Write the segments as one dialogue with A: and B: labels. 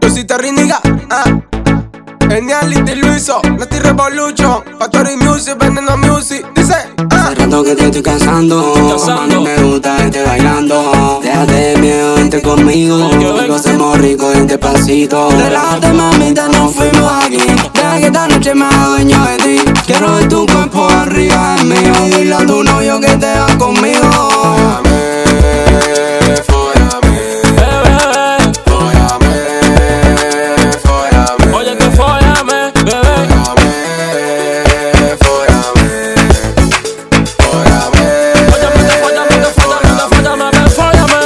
A: Luisita Riniga, ah. Geniality Luiso, Nasty Revolution, Factory Music, Veneno Music, dice, ah.
B: Hace rato que te estoy cansando,
C: Cansando.
B: mami me gusta verte bailando. Déjate de miedo, vente conmigo,
C: Porque hoy-
B: lo hacemos rico en este pasito. Relájate mamita, no fuimos aquí, deja que esta noche me haga dueño de ti. Quiero ver tu cuerpo arriba del mío, dile a tu novio que te va conmigo.
A: Fóllame, fóllame,
C: bebé.
A: fóllame, fóllame,
C: Oye, que fóllame, bebé.
A: fóllame, fóllame, fóllame.
C: Fóllame, que fóllame, que fóllame, que fóllame, que fóllame.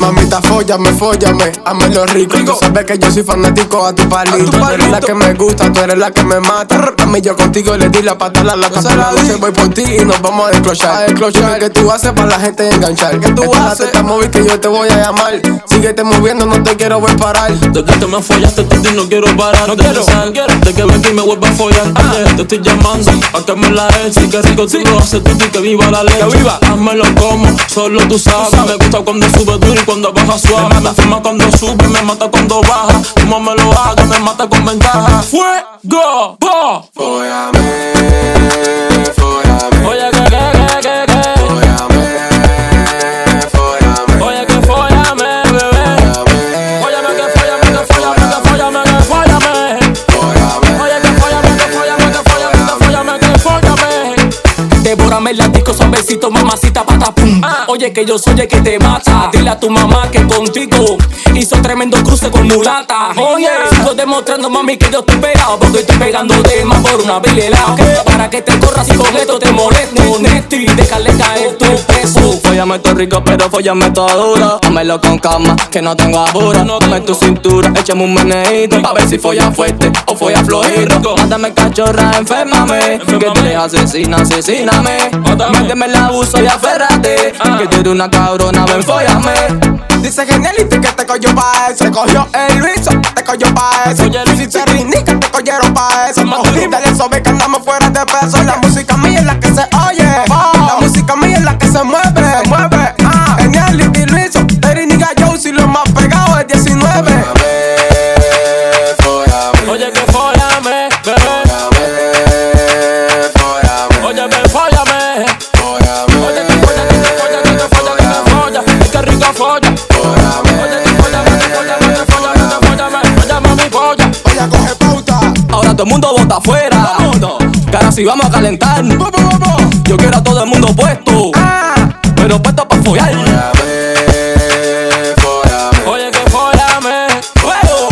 D: Mamita, fóllame, fóllame, hazme lo rico.
A: Rico.
D: Tú sabes que yo soy fanático a tu palito.
A: tu
D: Tú eres la
A: palito.
D: que me gusta, tú eres la que me mata. A mí yo contigo le di la pata a la lata.
A: se la
D: Hasta la noche
A: di.
D: voy por ti y nos vamos a desclochar. A desclochar. que tú haces para la gente enganchar. Que
A: tú haces?
D: Esta móvil que yo te voy a llamar. Síguete moviendo, no te quiero ver parar.
C: De que te me follaste, tú no quiero Ah. parar de
A: quiero,
C: pensar De que ven y me vuelva a follar Oye, Te estoy llamando a que me la eches Que rico tú lo haces tú y que viva la leche
A: viva.
C: Házmelo como, solo tú sabes Me gusta cuando sube duro y cuando baja suave Me fuma cuando sube, me mata cuando baja Como me lo haga, me mata con ventaja Fuego, go
A: Fóllame, fóllame,
C: Oye que, que, que, que, que
A: fóllame, fóllame,
C: Oye que fóllame, bebé
A: fóllame,
C: Fóllame que fóllame, que fóllame, que fóllame, que
A: fóllame.
C: fóllame Oye que fóllame, que fóllame, que fóllame, que fóllame, que fóllame
E: Devórame el latico suavecito, mamacita, pata, pum.
C: Ah.
E: Oye, que yo soy el que te mata. Dile a tu mamá que contigo hizo tremendo cruce con mulata. Oye,
C: Oh, Yeah.
E: sigo demostrando, mami, que yo estoy pegado. Porque estoy pegando de más por una bilela. Para que te corras y con esto te molesto. Nesti, déjale caer tu peso.
F: Fóllame todo rico, pero fóllame todo duro. Dámelo con calma, que no tengo apuro.
C: No
F: Dame
C: tengo.
F: tu cintura, échame un meneíto. Pa' ver si folla fuerte o folla flojito.
C: Rico.
F: Mátame cachorra, enfermame. Que tú eres asesina, asesíname.
C: Mátame.
F: Méteme el abuso y aférrate.
C: Ah.
F: Que tú eres una cabrona, ven, fóllame.
D: Dice Geniality que te cogió pa' eso. Te cogió el Luiso, te cogió pa' eso.
C: Oye, Luis.
D: Luisita Rinica, te cogieron pa' eso.
C: Mamá, tú dime.
D: Dale sobe que andamos fuera de peso. La música mía es la que se oye. La música mía es la que se mueve. Se mueve. Ah. Geniality, Luiso, de Rinica, yo si lo más pegado es 19.
C: Oye que fóllame, bebé Oye me fóllame Oye que folla, que te folla, que te folla, que te folla Es que rica folla Oye que folla, que te folla, que te folla, que te folla Me fóllame mi polla
D: Voy a coger pauta.
F: Ahora todo el mundo bota afuera. Cara, si vamos a calentar. Yo quiero a todo el mundo puesto.
C: Ah.
F: Pero puesto pa' follar.
C: Oye que fóllame
F: Fuego.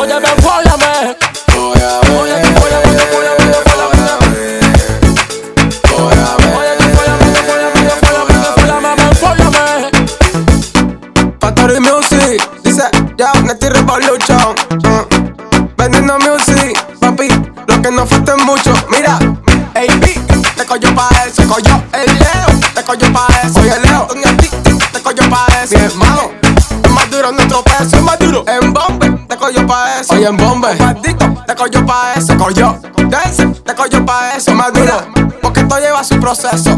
C: Oye me fóllame Oye que fóllame, que fóllame, que fóllame Oye que fóllame, que fóllame, que fóllame, que fóllame Me fóllame
D: Factory Music, dice ya, Nasty Revolution. Mm. Veneno Music, papi, lo que no falta es mucho. Mira, AP, te cogió pa' eso. Te cogió el Leo, te cogió pa' eso. Oye, Leo, Tony Ati, te cogió pa' eso. Mi hermano, es más duro nuestro peso. Es más duro. En Bombe, te cogió pa' eso. Oye, en Bombe, Maldito, te cogió pa' eso. Cogió, Dance, te cogió pa' eso. Más duro, porque esto lleva su proceso.